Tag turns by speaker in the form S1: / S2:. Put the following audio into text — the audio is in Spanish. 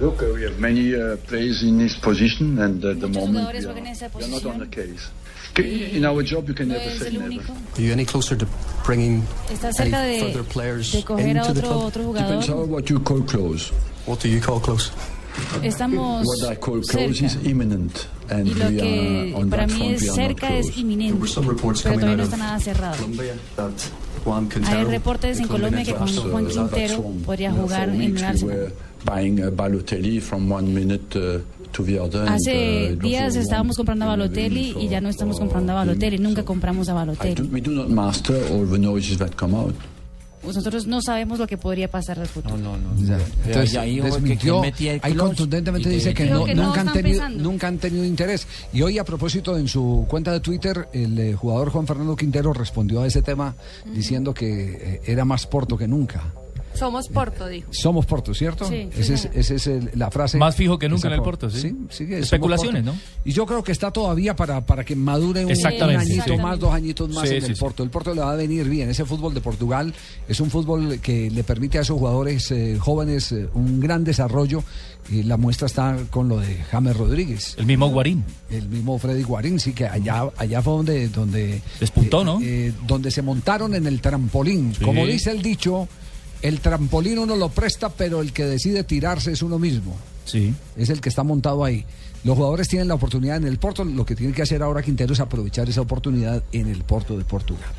S1: Look, uh, we have many uh, players in this position, and at the
S2: Muchos
S1: moment
S2: jugadores
S1: we are,
S2: juegan en esa
S1: we are not on
S2: posición.
S1: the case. C- In our job, you can
S2: No
S1: never say
S2: es Pues, el
S1: never.
S2: único.
S3: Are you any closer to bringing
S2: Está
S3: any
S2: cerca de,
S3: further players
S2: de coger a
S3: into the
S2: otro,
S3: club?
S2: otro
S1: Depends
S2: jugador.
S1: on what you call close.
S3: What do you call close?
S2: Estamos
S1: What I call close
S2: cerca.
S1: is imminent, and
S2: Y lo
S1: we are
S2: que
S1: on
S2: para
S1: that
S2: mí
S1: front. We
S2: es
S1: are not
S2: cerca es
S1: close.
S3: There were
S2: inminente,
S3: some reports
S2: pero
S3: coming
S2: todavía
S3: out
S2: no
S3: of
S2: está nada cerrado.
S3: Colombia that Juan
S2: Hay
S3: Quintero,
S2: reportes
S3: the
S2: en Colombia que
S3: Colombian
S2: con Juan
S3: transfer,
S1: that's
S2: Quintero
S1: wrong.
S2: podría
S1: Yeah,
S2: jugar
S1: for
S2: en el
S1: weeks We
S2: Arsenal.
S1: were buying uh, Balotelli from one minute uh, to the other. and, uh,
S2: Hace
S1: it was
S2: días
S1: a one
S2: estábamos comprando a
S1: million
S2: Balotelli y ya no estamos
S1: for-
S2: comprando a
S1: for him.
S2: Balotelli. Nunca
S1: So
S2: compramos a
S1: I do-
S2: Balotelli.
S1: we do not master all the noises that come out.
S2: Pues Nosotros no sabemos lo que podría pasar al futuro.
S4: Ya. Entonces,
S5: y ahí hubo que
S4: desmintió,
S5: quien metía el
S4: ahí
S5: close
S4: contundentemente
S5: y que
S4: dice que,
S2: metió.
S4: no-
S2: Creo que no
S4: nunca, han
S2: están
S4: tenido,
S2: pensando.
S4: nunca han tenido interés. Y hoy, a propósito, en su cuenta de Twitter, el eh, jugador Juan Fernando Quintero respondió a ese tema diciendo que eh, era más Porto que nunca.
S6: Somos Porto, dijo.
S4: Somos Porto, ¿cierto?
S2: Sí, sí,
S4: Esa es,
S2: señor.
S4: esa es el- la frase.
S7: Más fijo que nunca
S4: Esa
S7: en el
S4: por-
S7: Porto, sí.
S4: que somos
S7: Especulaciones,
S4: Porto.
S7: ¿no?
S4: Y yo creo que está todavía para, para que madure un, un
S7: Exactamente,
S4: añito
S7: sí.
S4: más, dos añitos más
S7: Sí,
S4: en
S7: sí,
S4: el
S7: sí.
S4: Porto. El Porto le va a venir bien. Ese fútbol de Portugal es un fútbol que le permite a esos jugadores eh, jóvenes eh, un gran desarrollo. Y la muestra está con lo de James Rodríguez.
S7: El mismo Guarín.
S4: El mismo Freddy Guarín, sí, que allá, allá fue donde, donde...
S7: Despuntó,
S4: eh,
S7: ¿no?
S4: eh, donde se montaron en el trampolín.
S7: Sí.
S4: Como dice el dicho, el trampolín uno lo presta, pero el que decide tirarse es uno mismo.
S7: Sí.
S4: Es el que está montado ahí. Los jugadores tienen la oportunidad en el Porto. Lo que tiene que hacer ahora Quintero es aprovechar esa oportunidad en el Porto de Portugal.